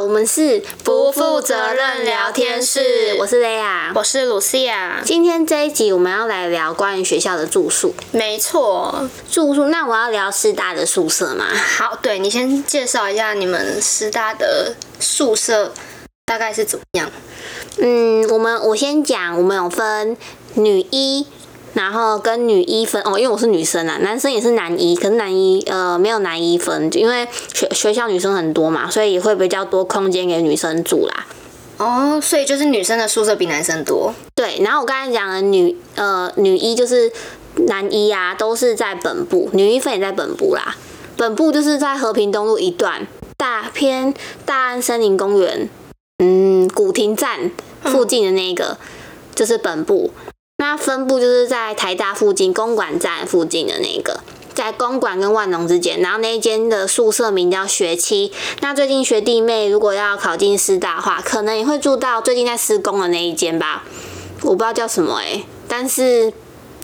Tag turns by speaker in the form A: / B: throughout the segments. A: 我们是
B: 不负责任聊天室
A: 我是雷亚。
B: 我是鲁西亚，
A: 今天这一集我们要来聊关于学校的住宿，
B: 没错。
A: 住宿。那我要聊师大的宿舍吗？
B: 好，对你先介绍一下你们师大的宿舍大概是怎么样？
A: 嗯，我们我先讲，我们有分女一，然后跟女一分哦，因为我是女生啊，男生也是男一，可是男一呃没有男一分，因为学学校女生很多嘛，所以也会比较多空间给女生住啦。
B: 哦，所以就是女生的宿舍比男生多。
A: 对，然后我刚才讲的女呃女一就是男一啊，都是在本部，女一分也在本部啦。本部就是在和平东路一段，大偏大安森林公园，嗯，古亭站
B: 嗯
A: 附近的那个、就是本部。那分部就是在台大附近公馆站附近的那个，在公馆跟万隆之间。然后那一间的宿舍名叫学七。那最近学弟妹如果要考进师大的话，可能也会住到最近在施工的那一间吧。我不知道叫什么诶、但是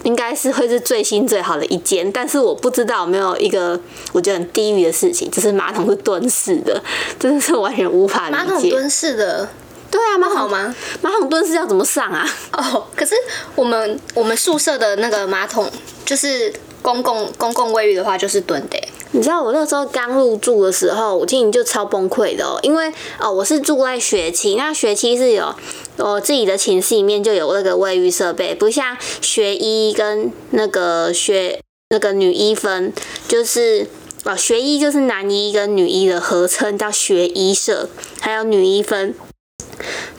A: 应该是会是最新最好的一间，但是我不知道有没有一个我觉得很地狱的事情，就是马桶是蹲式的，真的是完全无法理解。
B: 马桶蹲式的
A: 对啊，马
B: 不好
A: 桶
B: 吗？
A: 马桶蹲式要怎么上啊？
B: 哦，可是我们我们宿舍的那个马桶就是公共公共卫浴的话，就是蹲的欸。
A: 你知道我那时候刚入住的时候，我心里就超崩溃的哦，因为哦，我是住在学期，那学期是有我自己的寝室里面就有那个卫浴设备，不像学医跟那个学那个女医分，就是哦学医就是男医跟女医的合称，叫学医社，还有女医分。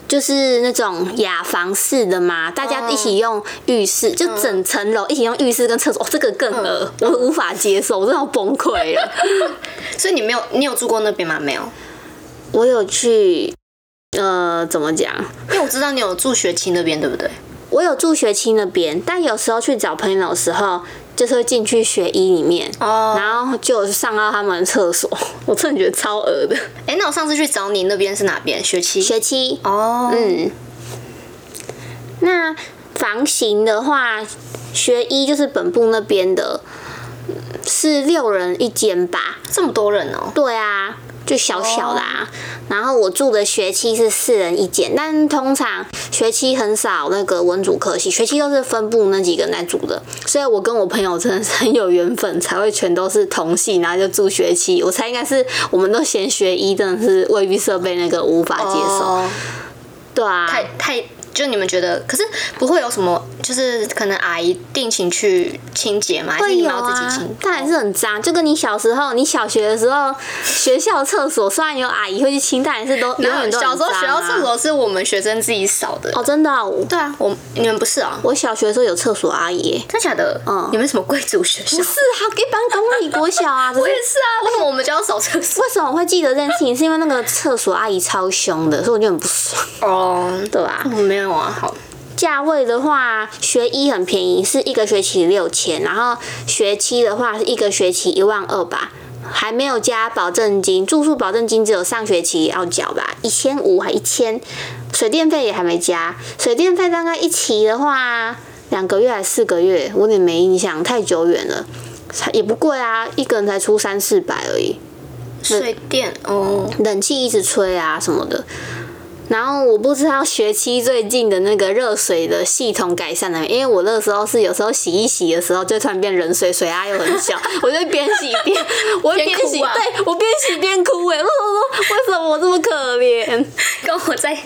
A: 就是那种雅房式的嘛，大家一起用浴室，就整层楼一起用浴室跟厕所，哦、这个更恶，我无法接受，我真的要崩溃了。
B: 所以你没有你有住过那边吗？没有，
A: 我有去，呃，怎么讲？
B: 因为我知道你有住学期那边，对不对？
A: 我有住学期那边，但有时候去找朋友的时候，就是会进去学医里面，
B: 哦，
A: 然后就上到他们的厕所，我真的觉得超恶的。
B: 哎，那我上次去找你那边是哪边？学期
A: 学期
B: 哦，
A: 嗯，那房型的话，学医就是本部那边的，嗯是六人一间吧？
B: 这么多人哦，
A: 对啊，就小小的啊。然后我住的学期是四人一间，但通常学期很少那个文组科系，学期都是分部那几个人在住的，所以我跟我朋友真的是很有缘分，才会全都是同系，然后就住学期。我猜应该是我们都嫌学医真的是卫浴设备那个无法接受，
B: 哦
A: 对啊，
B: 太太，就你们觉得，可是不会有什么，就是可能阿姨定期去清洁嘛，还是
A: 会
B: 你
A: 有
B: 们要自己
A: 啊
B: 清？，
A: 但还是很脏。就跟你小时候，你小学的时候，学校厕所虽然有阿姨会去清，但还是都永
B: 然后
A: 远都很
B: 小时候
A: 脏
B: 学校厕
A: 啊
B: 所是我们学生自己扫的。
A: 哦，真的啊、我
B: 对啊，我你们不是啊？
A: 我小学的时候有厕所阿姨耶，
B: 真假的？
A: 嗯
B: 你们什么贵族学校
A: 不？是啊，一般公立国小啊。只
B: 我也
A: 是
B: 是啊，为什么我们就要扫厕所？
A: 为什么我会记得这件事情？是因为那个厕所阿姨超凶的，所以我就很不爽，
B: 哦，
A: 对吧、
B: 我没有啊，好，
A: 价位的话，学一很便宜，是一个学期六千，然后学期的话是一个学期一万二吧，还没有加保证金，住宿保证金只有上学期要缴吧，一千五还一千，水电费也还没加，水电费大概一期的话，两个月还四个月，我有点没印象，太久远了，才也不贵啊，一个人才出三四百而已。
B: 水电哦，
A: 冷气一直吹啊什么的。然后我不知道学期最近的那个热水的系统改善了没，因为我那时候是有时候洗一洗的时候就突然变冷水，水压又很 小，我就边洗边，我会边
B: 边哭
A: 洗，
B: 啊
A: 对我边洗边哭哎、欸，我说为什么我这么可怜？
B: 跟我在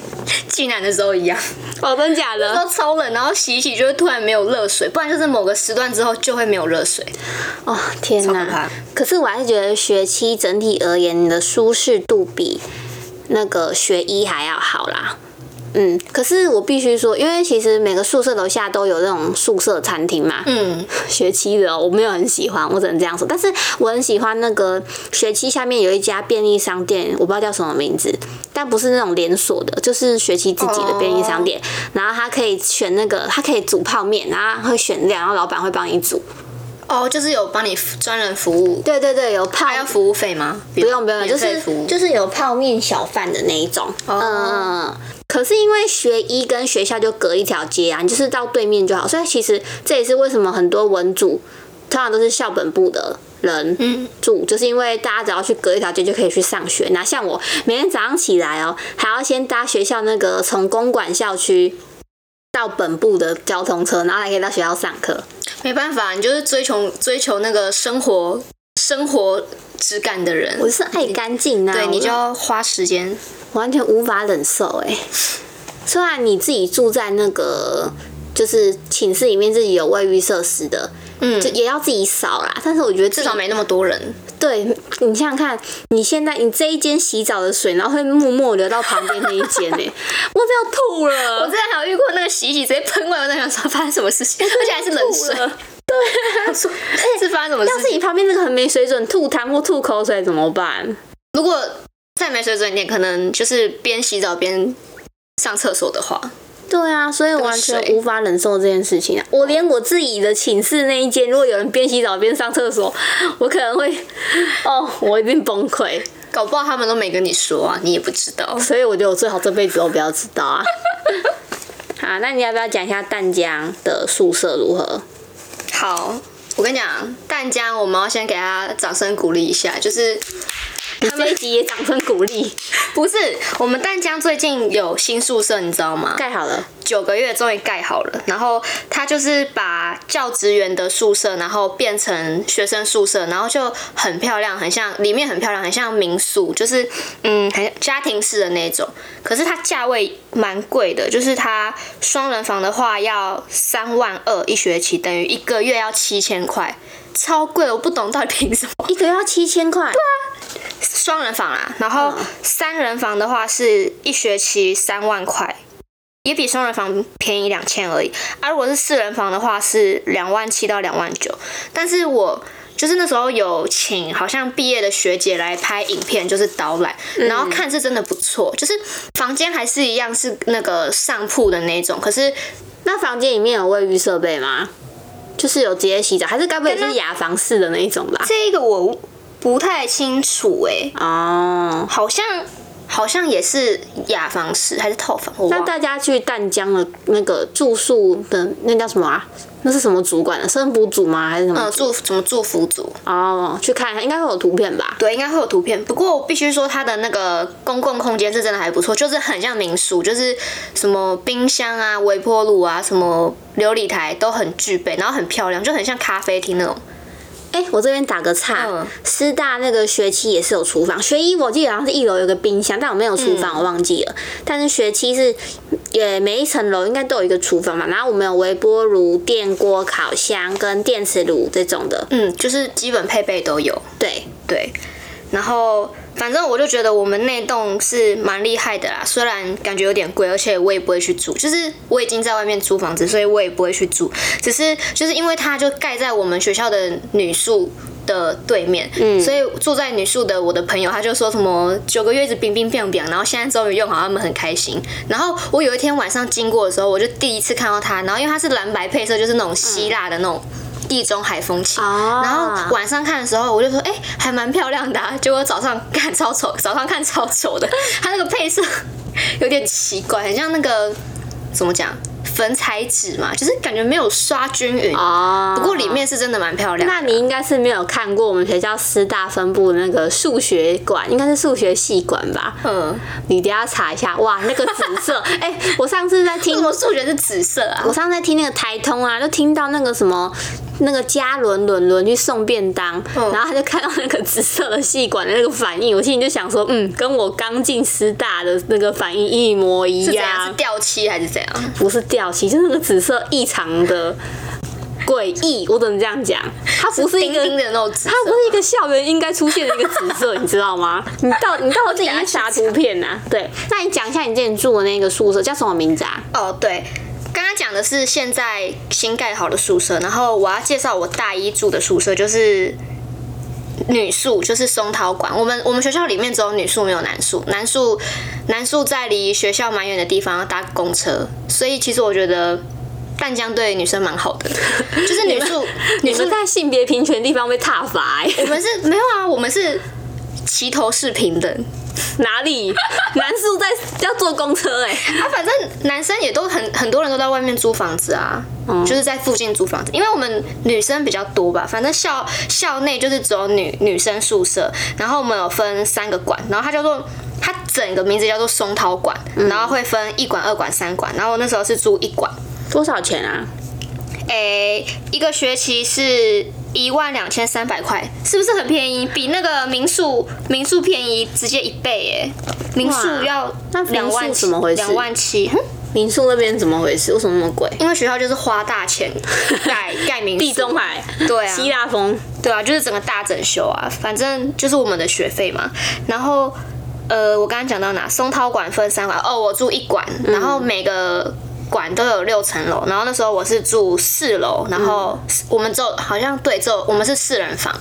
B: 济南的时候一样，
A: 哦，真假的？
B: 都超冷，然后洗一洗就会突然没有热水，不然就是某个时段之后就会没有热水。
A: 哦，天
B: 超可
A: 哪
B: 怕！
A: 可是我还是觉得学期整体而言，你的舒适度比那个学医还要好啦。嗯，可是我必须说，因为其实每个宿舍楼下都有那种宿舍餐厅嘛，
B: 嗯，
A: 学期的、哦、我没有很喜欢，我只能这样说。但是我很喜欢那个学期下面有一家便利商店，我不知道叫什么名字，但不是那种连锁的，就是学期自己的便利商店。然后它可以选那个，它可以煮泡面，然后会选料，然后老板会帮你煮。
B: 哦，就是有帮你专人服务，
A: 对对对，有泡
B: 还要服务费吗？不
A: 不用不用，就
B: 免
A: 是
B: 费服务
A: 就是有泡面小贩的那一种。
B: 哦
A: 嗯，可是因为学医跟学校就隔一条街啊，你就是到对面就好，所以其实这也是为什么很多文组通常都是校本部的人
B: 嗯
A: 住，就是因为大家只要去隔一条街就可以去上学。那像我每天早上起来哦，还要先搭学校那个从公馆校区到本部的交通车，然后才可以到学校上课。
B: 没办法，你就是追求追求那个生活生活质感的人，
A: 我是爱干净啊呐、
B: 对你
A: 我
B: 就要花时间。
A: 完全无法忍受哎、虽然你自己住在那个就是寝室里面自己有卫浴设施的，
B: 嗯
A: 就，也要自己扫啦，但是我觉得
B: 至
A: 至
B: 少没那么多人。
A: 对你想想看，你现在你这一间洗澡的水，然后会默默流到旁边那一间呢、欸我真的要吐
B: 我
A: 了，
B: 之前还有遇过那个洗一洗直接喷过来，我在想说发生什么事 情，而且还是冷水
A: 吐。了
B: 我说是发生什么
A: 要
B: 事
A: 是你
B: 情？
A: 旁边那个很没水准，吐痰或吐口水怎么办？
B: 如果再没水准一点，可能就是边洗澡边上厕所的话，
A: 对啊，所以我完全
B: 跟水
A: 无法忍受这件事情啊！我连我自己的寝室那一间，如果有人边洗澡边上厕所，我可能 会，哦，我一定崩溃。
B: 搞不好他们都没跟你说啊，你也不知道。
A: 所以我觉得我最好这辈子都不要知道 啊。好，那你要不要讲一下淡江的宿舍如何？
B: 好，我跟你讲，淡江我们要先给他掌声鼓励一下，就是
A: 你这一集也掌声鼓励，
B: 不是我们淡江最近有新宿舍，你知道吗？
A: 盖好了。
B: 九个月终于盖好了，然后他就是把教职员的宿舍，然后变成学生宿舍，然后就很漂亮，很像里面很漂亮，很像民宿，就是嗯，很像家庭式的那种。可是它价位蛮贵的，就是嗯它双人房的话要三万二一学期，等于一个月要七千块，超贵的，我不懂到底凭什么。
A: 一个月要七千块，
B: 双人房啦，然后
A: 嗯
B: 三人房的话是一学期三万块，也比双人房便宜两千而已。啊，如果是四人房的话是两万七到两万九，但是我。就是那时候有请好像毕业的学姐来拍影片，就是导览，然后看是真的不错，就是房间还是一样是那个上铺的那种，可是
A: 那房间里面有卫浴设备吗？就是有直接洗澡，还是该不会也
B: 跟
A: 是雅房式的那一种吧？
B: 这个我不太清楚诶、
A: 哦，
B: 好像好像也是雅房式还是套房，我忘
A: 那
B: 了。
A: 大家去淡江的那个住宿的那叫什么啊？那是什么主管的？生辅组吗？还是什么
B: 呃，？祝什么祝福组？
A: 哦，去看一下，应该会有图片吧？
B: 对，应该会有图片。不过我必须说，它的那个公共空间是真的还不错，就是很像民宿，就是什么冰箱啊、微波炉啊、什么琉璃台都很具备，然后很漂亮，就很像咖啡厅那种。
A: 哎、我这边打个岔，
B: 嗯
A: 师大那个学期也是有厨房，学一我记得好像是一楼有个冰箱，但我没有厨
B: 嗯
A: 房，我忘记了。但是学期是也每一层楼应该都有一个厨房嘛，然后我们有微波炉、电锅、烤箱跟电磁炉这种的，
B: 嗯，就是基本配备都有。
A: 对。
B: 对，然后反正我就觉得我们那栋是蛮厉害的啦，虽然感觉有点贵，而且我也不会去住，就是我已经在外面租房子，所以我也不会去住，只是就是因为它就盖在我们学校的女宿。的对面，所以住在女宿的我的朋友，他就说什么九个月一直冰冰冰冰，然后现在终于用好，他们很开心。然后我有一天晚上经过的时候，我就第一次看到它，然后因为它是蓝白配色，就是那种希腊的那种地中海风情，
A: 哦
B: 然后晚上看的时候，我就说，哎、还蛮漂亮的、啊。结果早上 看超丑，早上看超丑 的，它那个配色有点奇怪，很像那个怎么讲粉彩纸嘛，就是感觉没有刷均匀。
A: 哦，
B: 不过里面是真的蛮漂亮的。
A: 那你应该是没有看过我们学校师大分部那个数学馆，应该是数学系馆吧？
B: 嗯，
A: 你等一下查一下，哇，那个紫 色，哎、我上次在
B: 为
A: 听
B: 什么数学是紫色啊
A: 我？上次在听那个台通啊，就听到那个什么那个嘉伦伦伦去送便当，
B: 嗯
A: 然后他就看到那个紫色的细管的那个反应，我心里就想说，嗯，跟我刚进师大的那个反应一模一
B: 是怎样？是
A: 样，
B: 掉漆还是怎样？
A: 不是掉漆，就是那个紫色异常的诡异，我只能这样讲，它不是一
B: 钉
A: 个。
B: 钉的那种紫色
A: 它。不是一个校园应该出现的一个紫 色，你知道吗？你到你到底是啥图片呐、啊？对，那你讲一下你之前住的那个宿舍叫什么名字啊？
B: 哦，对，刚刚讲的是现在新盖好的宿舍，然后我要介绍我大一住的宿舍，就是女宿，就是松涛馆。我们我们学校里面只有女宿，没有男宿。男宿男宿在离学校蛮远的地方要搭公车，所以其实我觉得淡江对女生蛮好的，就是女宿
A: 你
B: 女宿
A: 们在性 别平权的地方被踏伐、欸，
B: 我们是没有啊，我们是齐头是平等。
A: 哪里？南树在要坐公车哎、
B: 啊，反正男生也都很很多人都在外面租房子啊，
A: 嗯
B: 就是在附近租房子，因为我们女生比较多吧，反正校校内就是只有女女生宿舍，然后我们有分三个馆，然后它叫做。它整个名字叫做松涛馆，
A: 嗯
B: 然后会分一馆、二馆、三馆，然后我那时候是住一馆，
A: 多少钱啊？
B: 诶、一个学期是一万两千三百块，是不是很便宜？比那个民宿民宿便宜直接一倍耶、民宿
A: 哇
B: 要
A: 那民
B: 两万
A: 宿
B: 七，
A: 怎么回事
B: 两万七，哼
A: 民宿那边怎么回事？为什么那么贵？
B: 因为学校就是花 大钱盖盖民宿，
A: 地中海，
B: 对啊
A: 希腊风，
B: 对啊，就是整个大整修啊，反正就是我们的学费嘛。然后，呃，我刚刚讲到哪？松涛馆分三馆，哦，我住一馆，
A: 嗯
B: 然后每个馆都有六层楼，然后那时候我是住四楼，然后
A: 嗯
B: 我们只有好像对，只有我们是四人房，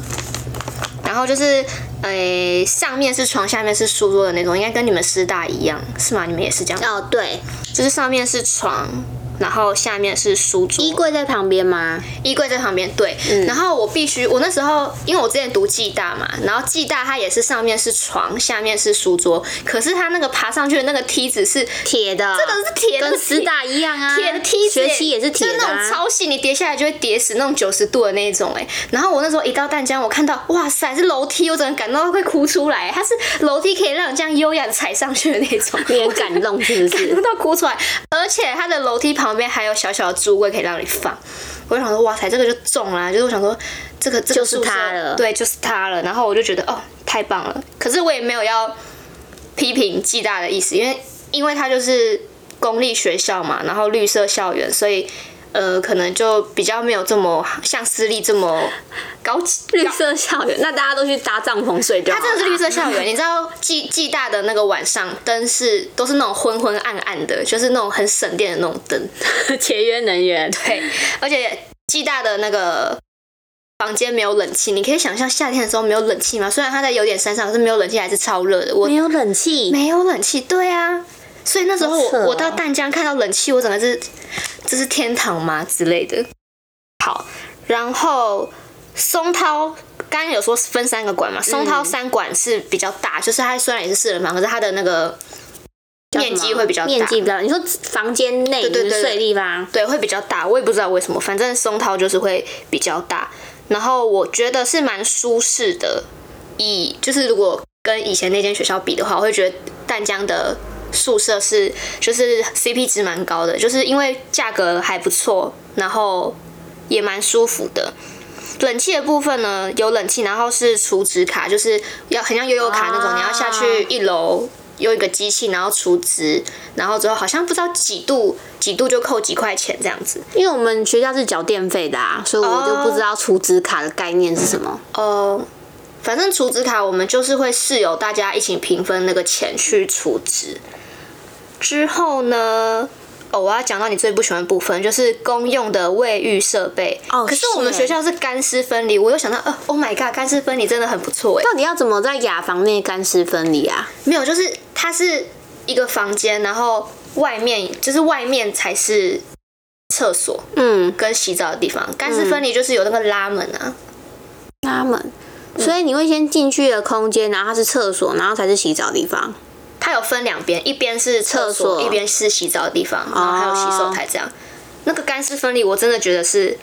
B: 然后就是。诶、上面是床，下面是书桌的那种，应该跟你们师大一样，是吗？你们也是这样，
A: 哦对，
B: 就是上面是床，然后下面是书桌，
A: 衣柜在旁边吗？
B: 衣柜在旁边，对。然后我必须，我那时候因为我之前读暨大嘛，然后暨大它也是上面是床，下面是书桌，可是它那个爬上去的那个梯子是
A: 铁的，
B: 这个是铁的那个
A: 跟师大一样啊，
B: 铁的梯子耶，
A: 学期也是铁
B: 就是
A: 的、
B: 那种
A: 啊。
B: 超细，你跌下来就会跌死那种九十度的那一种哎、然后我那时候一到淡江，我看到哇塞，是楼梯，我整个感动到快哭出来。它是楼梯可以让你这样优雅的踩上去的那种，
A: 你很感动是不
B: 感动
A: 是？
B: 到哭出来，而且它的楼梯旁边还有小小的猪柜可以让你放。我就想说，哇塞，这个就中啦！就是我想说，这个这个
A: 就是
B: 宿舍
A: 它了
B: 对，就是它了。然后我就觉得，哦，太棒了。可是我也没有要批评暨大的意思，因为因为它就是公立学校嘛，然后绿色校园，所以呃，可能就比较没有这么像私立这么高级。
A: 绿色校园，那大家都去搭帐篷睡觉。
B: 它真的是绿色校园，你知道暨暨大的那个晚上灯是都是那种昏昏暗暗的，就是那种很省电的那种灯。
A: 色， 节约能源。
B: 对，而且暨大的那个房间没有冷气，你可以想象夏天的时候没有冷气吗？虽然它在有点山上，可是没有冷气还是超热的。我
A: 没有冷气，
B: 没有冷气，对啊，所以那时候我、
A: 好扯哦
B: 我到淡江看到冷气，我整个是这是天堂吗之类的。好，然后松涛。刚刚有说分三个馆嘛，松
A: 嗯
B: 涛三馆是比较大，就是它虽然也是四人房，可是它的那个
A: 叫什
B: 面
A: 么
B: 积会比较大，
A: 面积比较。你说房间内
B: 对对
A: 你
B: 对
A: 们睡的地方，
B: 对，会比较大，我也不知道为什么，反正松涛就是会比较大。然后我觉得是蛮舒适的，以就是如果跟以前那间学校比的话，我会觉得淡江的宿舍是就是 CP 值蛮高的，就是因为价格还不错，然后也蛮舒服的。冷气的部分呢，有冷气，然后是储值卡，就是要很像悠悠卡那种，
A: 啊
B: 你要下去一楼用一个机器，然后储值，然后之后好像不知道几度几度就扣几块钱这样子。
A: 因为我们学校是缴电费的啊，所以我就不知道储值卡的概念是什么。
B: 哦、反正储值卡我们就是会室友大家一起平分那个钱去储值。之后呢，哦，我要讲到你最不喜欢的部分，就是公用的卫浴设备。
A: 哦
B: 可是我们
A: 是
B: 学校是干湿分离，我又想到，呃，Oh my god，干湿分离真的很不错哎。
A: 到底要怎么在雅房内干湿分离啊？
B: 没有，就是它是一个房间，然后外面就是外面才是厕所
A: 嗯，
B: 跟洗澡的地方，干湿分离就是有那个拉门啊。
A: 他们，
B: 嗯
A: 所以你会先进去的空间，然后它是厕所，然后才是洗澡地方。
B: 它有分两边，一边是厕
A: 厕
B: 所，
A: 所
B: 一边是洗澡的地方，然后还有洗手台这样。那个干湿分离，我真的觉得是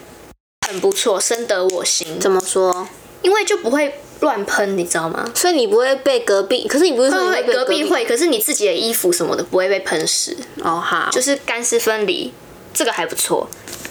B: 很不错，深得我心，
A: 怎么说？
B: 因为就不会乱喷，你知道吗？
A: 所以你不会被隔壁，可是你不是说你
B: 会
A: 会被
B: 隔壁会，可是你自己的衣服什么的不会被喷湿。
A: 哦，好，
B: 就是干湿分离，这个还不错。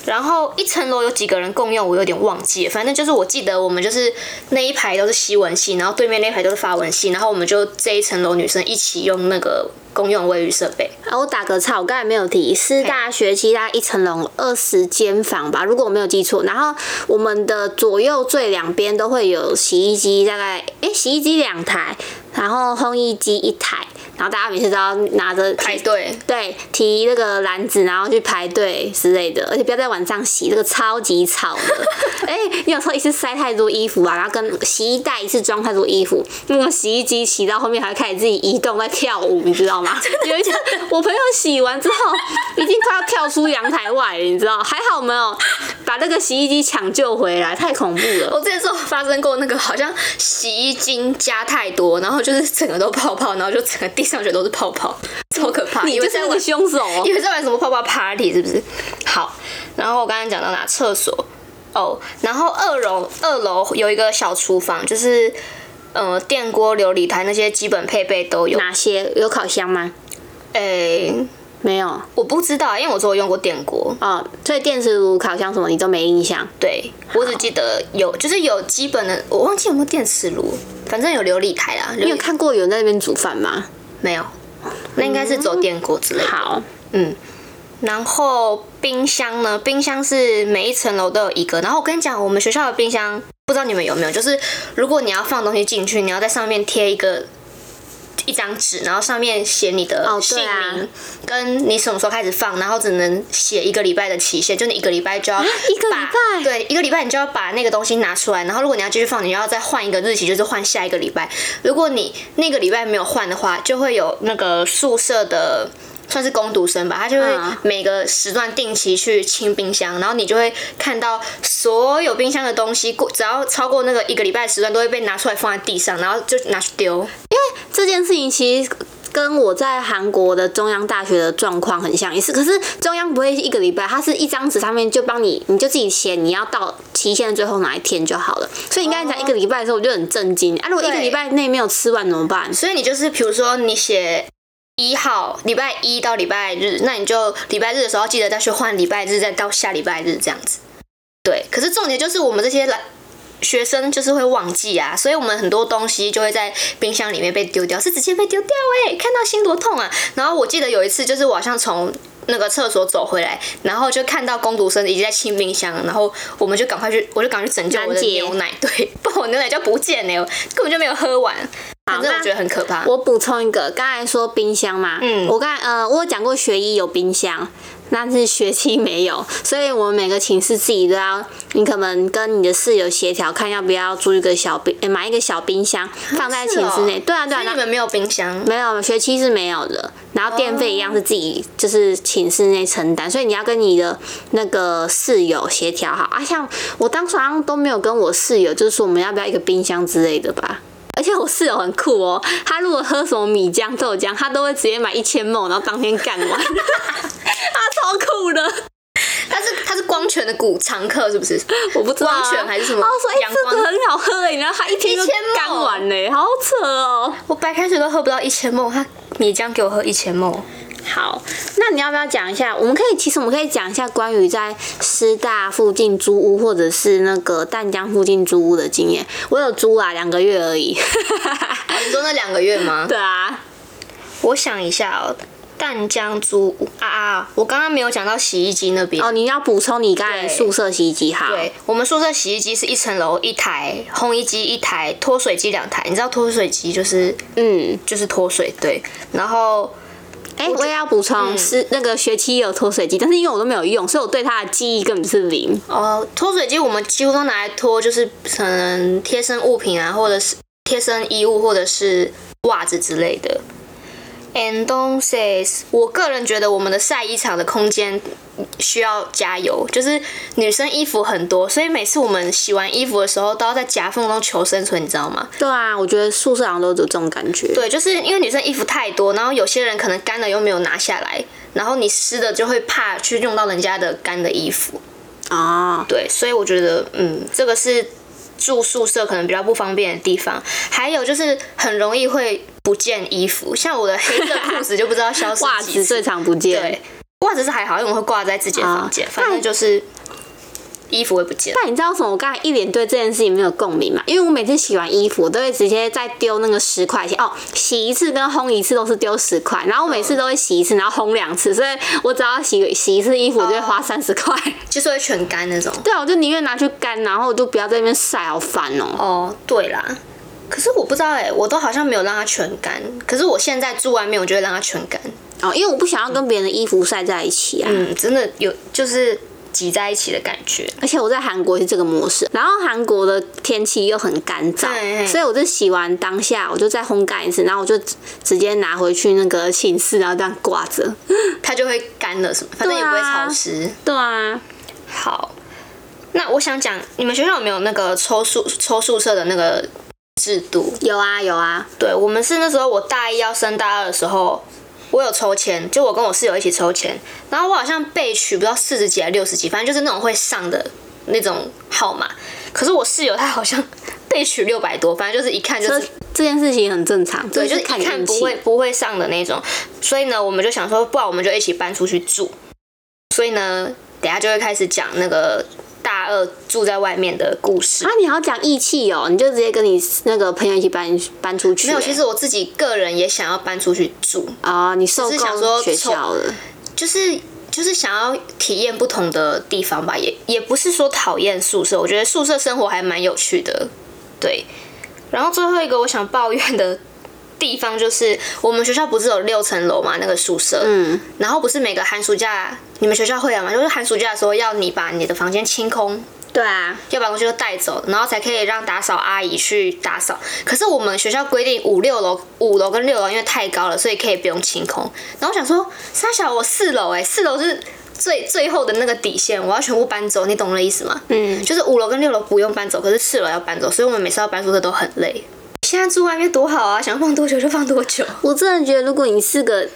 B: 然后一层楼有几个人共用，我有点忘记了。反正就是我记得我们就是那一排都是西文系，然后对面那一排都是法文系，然后我们就这一层楼女生一起用那个公用卫浴设备。
A: 啊，我打个岔，我刚才没有提，师大学期大概一层楼二十间房吧，如果我没有记错。然后我们的左右最两边都会有洗衣机，大概诶、洗衣机两台，然后烘衣机一台，然后大家每次都要拿着
B: 排队，
A: 对提那个篮子，然后去排队之类的，而且不要在晚上洗，这个超级吵的。哎、 你有时候一次塞太多衣服啊，然后跟洗衣袋一次装太多衣服，那个洗衣机洗到后面还开始自己移动在跳舞，你知道 吗？有一次我朋友洗完之后，已经快要跳出阳台外了，你知道？还好没有把那个洗衣机抢救回来，太恐怖了。
B: 我之前是有发生过那个，好像洗衣精加太多，然后就是整个都泡泡，然后就整个地上全都是泡泡，超可怕。
A: 你
B: 以为
A: 就
B: 在
A: 是那
B: 玩
A: 个凶手，哦
B: 以为在玩什么泡泡 party 是不是？好，然后我刚刚讲到哪？厕所哦，然后二楼二楼有一个小厨房，就是呃电锅、琉璃台那些基本配备都有。
A: 哪些有烤箱吗？
B: 诶、
A: 没有
B: 我不知道，因为我只有用过电锅，
A: 哦，所以电磁炉、烤箱什么你都没印象。
B: 对我只记得有，就是有基本的，我忘记有没有电磁炉，反正有琉璃台啦。
A: 你
B: 琉
A: 有
B: 璃
A: 看过有人在那边煮饭吗？
B: 没有？那应该是走电锅之类的。
A: 好，
B: 嗯，然后冰箱呢？冰箱是每一层楼都有一个。然后我跟你讲，我们学校的冰箱，不知道你们有没有，就是如果你要放东西进去，你要在上面贴一个一张纸，然后上面写你的
A: 哦
B: 姓
A: 对啊
B: 名、跟你什么时候开始放，然后只能写一个礼拜的期限，就啊你一个礼拜就要把
A: 一个礼拜
B: 对一个礼拜你就要把那个东西拿出来，然后如果你要继续放，你就要再换一个日期，就是换下一个礼拜。如果你那个礼拜没有换的话，就会有那个宿舍的。算是工读生吧，他就会
A: 嗯
B: 每个时段定期去清冰箱，然后你就会看到所有冰箱的东西过，只要超过那个一个礼拜的时段，都会被拿出来放在地上，然后就拿去丢。
A: 这件事情其实跟我在韩国的中央大学的状况很像，也是。可是中央不会一个礼拜，它是一张纸上面就帮你，你就自己写，你要到期限的最后哪一天就好了。所以你刚才讲一个礼拜的时候，我就很震惊。啊，如果一个
B: 对
A: 礼拜内没有吃完怎么办？
B: 所以你就是，比如说你写一号，礼拜一到礼拜日，那你就礼拜日的时候记得再去换礼拜日，再到下礼拜日这样子。对，可是重点就是我们这些来学生就是会忘记啊，所以我们很多东西就会在冰箱里面被丢掉，是直接被丢掉哎、看到心多痛啊！然后我记得有一次就是我好像从那个厕所走回来，然后就看到工读生已经在清冰箱，然后我们就赶快去，我就赶快去拯救我的
A: 拦截
B: 牛奶，对，不然我牛奶就不见了、我根本就没有喝完，反正我
A: 那
B: 觉得很可怕。
A: 我补充一个，刚才说冰箱嘛，
B: 嗯
A: 我刚才呃，我有讲过学一有冰箱，但是学期没有， 所以我们每个寝室自己都要，你可能跟你的室友协调，看要不要租一个小冰，呃买一个小冰箱放在寝室内。
B: 是哦
A: 对啊，对
B: 所
A: 啊，然
B: 以你
A: 后
B: 们没有冰箱，
A: 没有，学期是没有的。然后电费一样是自己就是寝室内承担，所以你要跟你的那个室友协调好啊。像我当时好像都没有跟我室友，就是说我们要不要一个冰箱之类的吧。而且我室友很酷哦，他如果喝什么米浆、豆浆，他都会直接买一千梦，然后当天干完， 他超酷的。
B: 它是它是光泉的古常客是不 是？
A: 我不知道、啊、
B: 光泉还是什么
A: 哦，所以
B: 阳
A: 这
B: 光
A: 个很好喝哎，然后他一天就
B: 1000梦
A: 干完嘞，好扯哦。
B: 我白开水都喝不到一千梦，他米浆给我喝一千梦。
A: 好，那你要不要讲一下？我们可以，其实我们可以讲一下关于在师大附近租屋，或者是那个淡江附近租屋的经验。我有租啊，两个月而已。
B: 哦你说那两个月吗？
A: 对啊，
B: 我想一下哦，淡江租屋啊啊！我刚刚没有讲到洗衣机那边。
A: 哦，你要补充你刚才
B: 对
A: 宿舍洗衣机哈？
B: 对，我们宿舍洗衣机是一层楼一台，烘衣机一台，脱水机两台。你知道脱水机就是
A: 嗯，
B: 就是脱水，对。然后
A: 哎、我也要补充，是、那个学期有脱水机，但是因为我都没有用，所以我对它的记忆根本是零。
B: 哦，脱水机我们几乎都拿来脱，就是可能贴身物品啊，或者是贴身衣物，或者是袜子之类的。And don't says，我个人觉得我们的晒衣场的空间需要加油，就是女生衣服很多，所以每次我们洗完衣服的时候都要在夹缝中求生存，你知道吗？
A: 对啊，我觉得宿舍好像都有这种感觉。
B: 对，就是因为女生衣服太多，然后有些人可能干了又没有拿下来，然后你湿的就会怕去用到人家的干的衣服。
A: 哦，
B: 对，所以我觉得，嗯，这个是住宿舍可能比较不方便的地方。还有就是很容易会不见衣服，像我的黑色裤子就不知道消失
A: 袜
B: 几
A: 子
B: 次。
A: 最常不见。
B: 对，袜子是还好，因为我会挂在自己的
A: 啊
B: 房间，反正就是衣服会不见。
A: 但你知道为什么？我刚才一脸对这件事情没有共鸣嘛？因为我每次洗完衣服，我都会直接再丢那个十块钱哦，洗一次跟烘一次都是丢十块，然后我每次都会洗一次，然后烘两次，所以我只要洗洗一次衣服，我就会花三十块。
B: 就是会全干那种。
A: 哦 对啊，我就宁愿拿去干，然后我就不要在那边晒，好烦哦、
B: 哦，对啦。可是我不知道哎、我都好像没有让它全干。可是我现在住外面，我就会让它全干。
A: 哦，因为我不想要跟别人的衣服晒在一起啊。
B: 嗯，真的有就是挤在一起的感觉。
A: 而且我在韩国是这个模式，然后韩国的天气又很干燥
B: 对，嘿
A: 所以我就洗完当下我就再烘干一次，然后我就直直接拿回去那个寝室，然后这样挂着。
B: 它就会干了什么，反正也不会
A: 对啊
B: 潮湿。
A: 对啊，
B: 好，那我想讲，你们学校有没有那个抽宿抽宿舍的那个制度？
A: 有啊有啊，
B: 对我们是那时候我大一要升大二的时候，我有抽签，就我跟我室友一起抽签，然后我好像被取不知道四十几还是六十几，反正就是那种会上的那种号码。可是我室友他好像 被取六百多，反正就是一看就
A: 这
B: 是
A: 这件事情很正常，
B: 对，
A: 这
B: 就是
A: 是
B: 一
A: 看你
B: 看
A: 运
B: 不
A: 气。
B: 会不会上的那种。所以呢，我们就想说，不然我们就一起搬出去住。所以呢，等一下就会开始讲那个大二住在外面的故事。
A: 啊，你好讲义气哦，你就直接跟你那个朋友一起搬搬出去、
B: 没有，
A: 欸
B: 其实我自己个人也想要搬出去住，
A: 啊，你受
B: 只是想
A: 够
B: 说
A: 学
B: 凑
A: 校了，
B: 就是就是想要体验不同的地方吧，也也不是说讨厌宿舍，我觉得宿舍生活还蛮有趣的，对。然后最后一个我想抱怨的地方就是，我们学校不是有六层楼嘛，那个宿舍，
A: 嗯，
B: 然后不是每个寒暑假，你们学校会啊吗？就是寒暑假的时候要你把你的房间清空，
A: 对啊，
B: 要把东西都带走，然后才可以让打扫阿姨去打扫。可是我们学校规定五六楼、五楼跟六楼因为太高了，所以可以不用清空。然后我想说，沙小我四楼哎、四楼是最最后的那个底线，我要全部搬走，你懂我的意思吗？
A: 嗯，
B: 就是五楼跟六楼不用搬走，可是四楼要搬走，所以我们每次要搬宿舍都很累。现在住外面多好啊，想放多久就放 多久。
A: 我真的觉得如果你是个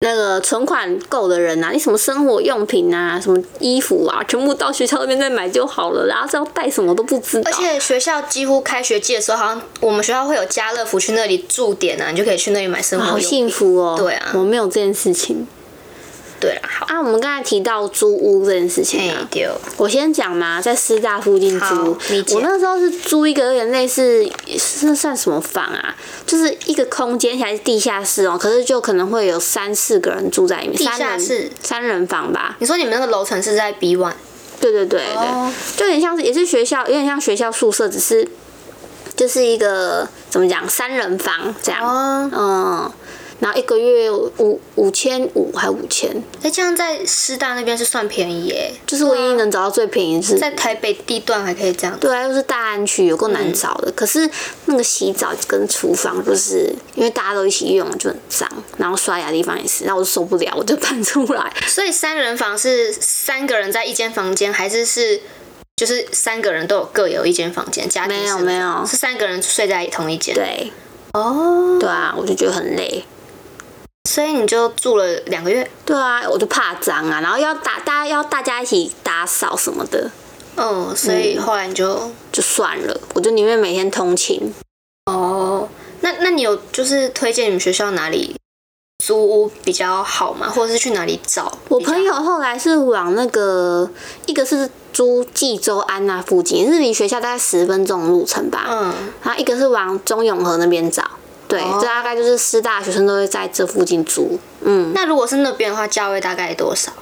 A: 那个存款够的人啊，你什么生活用品啊，什么衣服啊，全部到学校那边再买就好了啦，然后是要带什么都不知道
B: 而。且学校几乎开学季的时候，好像我们学校会有家乐福去那里驻点啊，你就可以去那里买生
A: 哇
B: 活
A: 好
B: 用品。
A: 幸福哦！
B: 对啊
A: 我没有这件事情
B: 对啦，好，
A: 啊。我们刚才提到租屋这件事情
B: 嘿
A: 啊，
B: 丢。
A: 我先讲嘛，在师大附近
B: 好
A: 租
B: 理，解
A: 我那时候是租一个有点类似，是算什么房啊？就是一个空间，还是地下室哦，可是就可能会有三四个人住在里面，
B: 地下
A: 三人
B: 室
A: 三人房吧？
B: 你说你们那个楼层是在 B one，
A: 对对对对，
B: 哦
A: 就有点像是也是学校，有点像学校宿舍，只是就是一个怎么讲三人房这样，
B: 哦
A: 嗯，然后一个月五五千五还五千，
B: 哎，这样在师大那边是算便宜耶，
A: 就是唯一能找到最便宜是
B: 在台北地段还可以这样。
A: 对啊，又是大安区，有够难找的。可是那个洗澡跟厨房，就是因为大家都一起用，就很脏，然后刷牙的地方也是，然后我就受不了，我就搬出来。
B: 所以三人房是三个人在一间房间，还是是就是三个人都有各有一间房间？家庭
A: 没
B: 式
A: 有
B: 的
A: 没有
B: 是三个人睡在同一间。
A: 对
B: 哦，
A: 对啊，我就觉得很累。
B: 所以你就住了两个月。
A: 对啊，我就怕脏啊，然后要打大家要大家一起打扫什么的，
B: 嗯，所以后来你就、
A: 就算了，我就宁愿每天通勤。嗯
B: 哦，那那你有就是推荐你们学校哪里租屋比较好吗？或者是去哪里找？
A: 我朋友后来是往那个一个是租济州安那附近，是离学校大概十分钟的路程吧。
B: 嗯，
A: 然后一个是往中永和那边找，对，
B: 哦
A: 这大概就是师大学生都会在这附近租。嗯，
B: 那如果是那边的话，价位大概多少？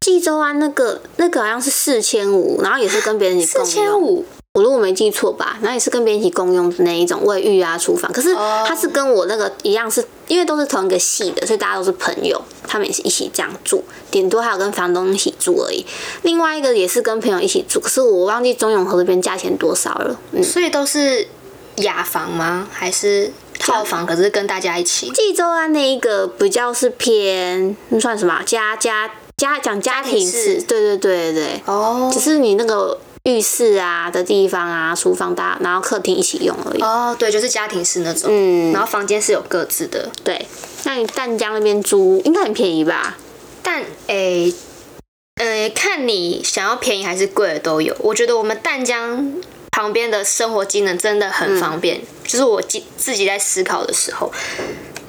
A: 济州湾那个那个好像是四千五，然后也是跟别人一起
B: 四
A: 共
B: 千
A: 用，
B: 五，
A: 我如果没记错吧，然后也是跟别人一起共用的那一种卫浴啊、厨房。可是
B: 哦
A: 它是跟我那个一样是，因为都是同一个系的，所以大家都是朋友，他们也是一起这样住，顶多还有跟房东一起住而已。另外一个也是跟朋友一起住，可是我忘记中永和这边价钱多少了。嗯，
B: 所以都是雅房吗？还是套房？可是跟大家一起？
A: 济州湾那一个比较是偏那算什么啊家家家讲家庭
B: 家
A: 式，
B: 庭式
A: 对对对对，
B: 哦
A: 只是你那个浴室啊的地方啊，厨房搭，然后客厅一起用而已。
B: 哦，对，就是家庭式那种，
A: 嗯
B: 然，后房间是有各自的。
A: 对。那你淡江那边租应该很便宜吧？
B: 但诶，呃，看你想要便宜还是贵的都有。我觉得我们淡江旁边的生活机能真的很方便，就是我自自己在思考的时候。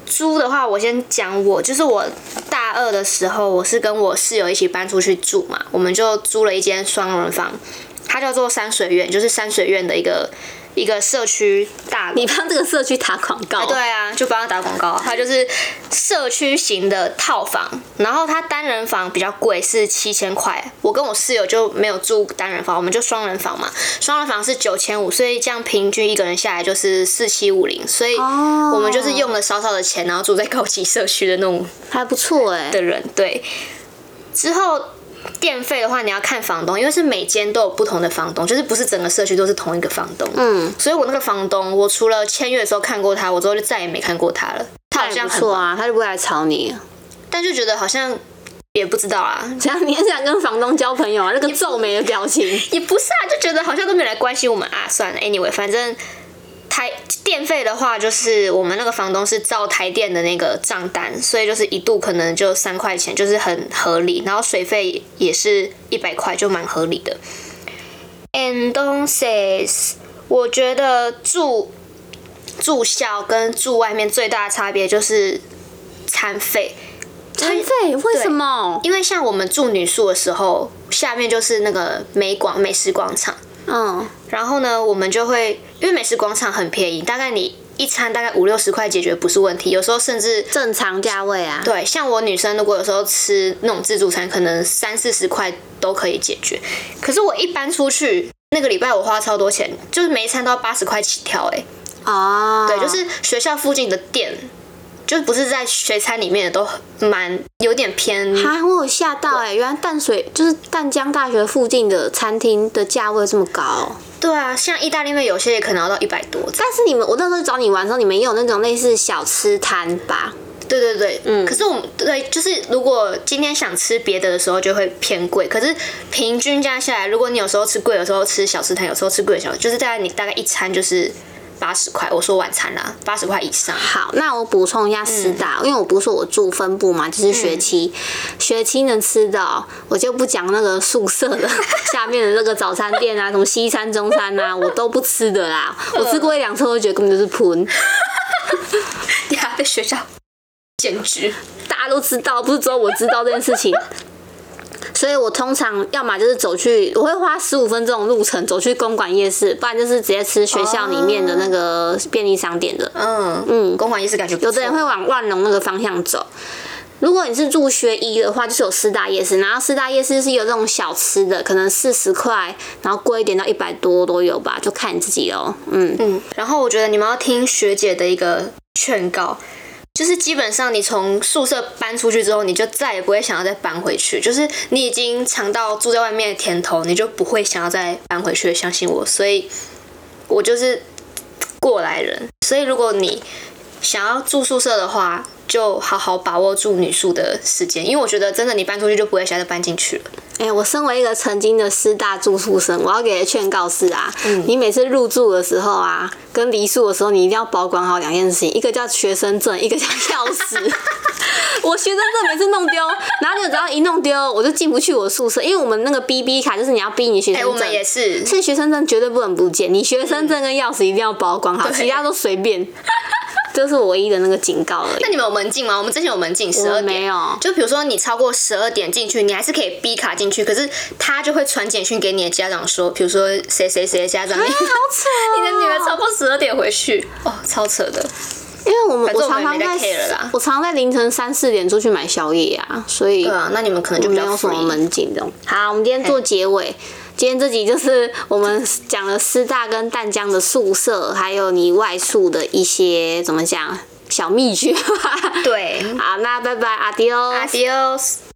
B: 租的话，我先讲我，就是我大二的时候，我是跟我室友一起搬出去住嘛，我们就租了一间双人房，它叫做山水苑，就是山水苑的一个一个社区大楼。
A: 你帮这个社区打广告，
B: 对啊，就帮他打广告。它就是社区型的套房，然后它单人房比较贵，是七千块。我跟我室友就没有住单人房，我们就双人房嘛。双人房是九千五，所以这样平均一个人下来就是四七五零。所以
A: 哦
B: 我们就是用了少少的钱，然后住在高级社区的那种
A: 还不错哎、
B: 的人，对。之后电费的话，你要看房东，因为是每间都有不同的房东，就是不是整个社区都是同一个房东。
A: 嗯，
B: 所以我那个房东，我除了签约的时候看过他，我之后就再也没看过他了。
A: 他
B: 他好
A: 也
B: 像
A: 不啊
B: 很
A: 错啊，他就不会来吵你。
B: 但就觉得好像也不知道啊，
A: 这样你很想 跟房东交朋友啊？那个皱眉的表 情，
B: 也不是啊，就觉得好像都没有来关心我们啊。算了，anyway，反正台电费的话，就是我们那个房东是照台电的那个账单，所以就是一度可能就三块钱，就是很合理。然后水费也是一百块，就蛮合理的。And don't says，我觉得住住校跟住外面最大的差别就是餐费。
A: 餐费为什么？
B: 因为像我们住女宿的时候，下面就是那个美广美食广场，
A: 嗯，
B: 然后呢，我们就会因为美食广场很便宜，大概你一餐大概五六十块解决不是问题，有时候甚至
A: 正常价位啊。
B: 对，像我女生如果有时候吃那种自助餐，可能三四十块都可以解决。可是我一般出去那个礼拜我花超多钱，就是每一餐都要八十块起跳、欸，哎，
A: 哦，
B: 对，就是学校附近的店。就不是在学餐里面的都蛮有点偏
A: 哈，我有吓到哎、原来淡水就是淡江大学附近的餐厅的价位这么高哦、
B: 对啊，像意大利面有些也可能要到一百多。
A: 但是你们，我那时候找你玩的时候，你们也有那种类似小吃摊吧？
B: 对对对，嗯。可是我们对，就是如果今天想吃别的的时候，就会偏贵。可是平均加下来，如果你有时候吃贵，有时候吃小吃摊，有时候吃贵的小吃，就是大概你大概一餐就是八十块。我说晚餐啦，八十块以 上。
A: 好，那我补充一下师大，因为我不是说我住分部嘛，就是学期，学期能吃到，我就不讲那个宿舍的 下面的那个早餐店啊，什么西餐、中餐啊，我都不吃的啦。我吃过一两次，我就觉得根本就是喷，
B: 你还被学校 简直
A: 大家都知道，不是只有我知道这件事情。所以我通常要么就是走去，我会花十五分钟的路程走去公馆夜市，不然就是直接吃学校里面的那个便利商店的。
B: 嗯嗯，公馆夜市感觉不
A: 有的人
B: 错
A: 会往万隆那个方向走。如果你是住学医的话，就是有四大夜市，然后四大夜市是有这种小吃的，可能四十块，然后贵一点到一百多都有吧，就看你自己喽。嗯，
B: 嗯，然后我觉得你们要听学姐的一个劝告，就是基本上你从宿舍搬出去之后，你就再也不会想要再搬回去，就是你已经尝到住在外面的甜头，你就不会想要再搬回去了。相信我，所以我就是过来人，所以如果你想要住宿舍的话，就好好把握住女宿的时间，因为我觉得真的你搬出去就不会想再搬进去了。
A: 哎、我身为一个曾经的师大住宿生，我要给的劝告是啊，
B: 嗯
A: 你每次入住的时候啊，跟离宿的时候，你一定要保管好两件事情，一个叫学生证，一个叫钥匙。 我学生证每次弄丢，然后就只要一弄丢，我就进不去我宿舍，因为我们那个 BB 卡就是你要逼你学
B: 哎、
A: 生
B: 我
A: 证，
B: 们也是，
A: 所以学生证绝对不能不见，你学生证跟钥匙一定要保管好，
B: 对
A: 其他都随便。 这是我唯一的那个警告而
B: 那
A: 已。
B: 你们有门禁吗？我们之前有门禁，十
A: 我
B: 二
A: 们
B: 点。
A: 没有，
B: 就比如说你超过十二点进去，你还是可以逼卡进去，可是他就会传简讯给你的家长说，比如说谁谁谁的 家长，你、
A: 好扯、哦！
B: 你的女儿超过十二点回去，哦，超扯的。
A: 因为我们
B: 反正
A: 我常
B: 我们
A: 常
B: 也没
A: 在
B: 在 care 了啦
A: 我常常在凌晨三四点出去买宵夜啊，所以
B: 对啊，那你们可能就比
A: 没
B: 较
A: 有什么
B: free
A: 门禁的。好，我们今天做结尾。今天这集就是我们讲了师大跟淡江的宿舍，还有你外宿的一些怎么讲小秘诀。
B: 对
A: 好，那拜拜，阿迪哦。
B: ，adios。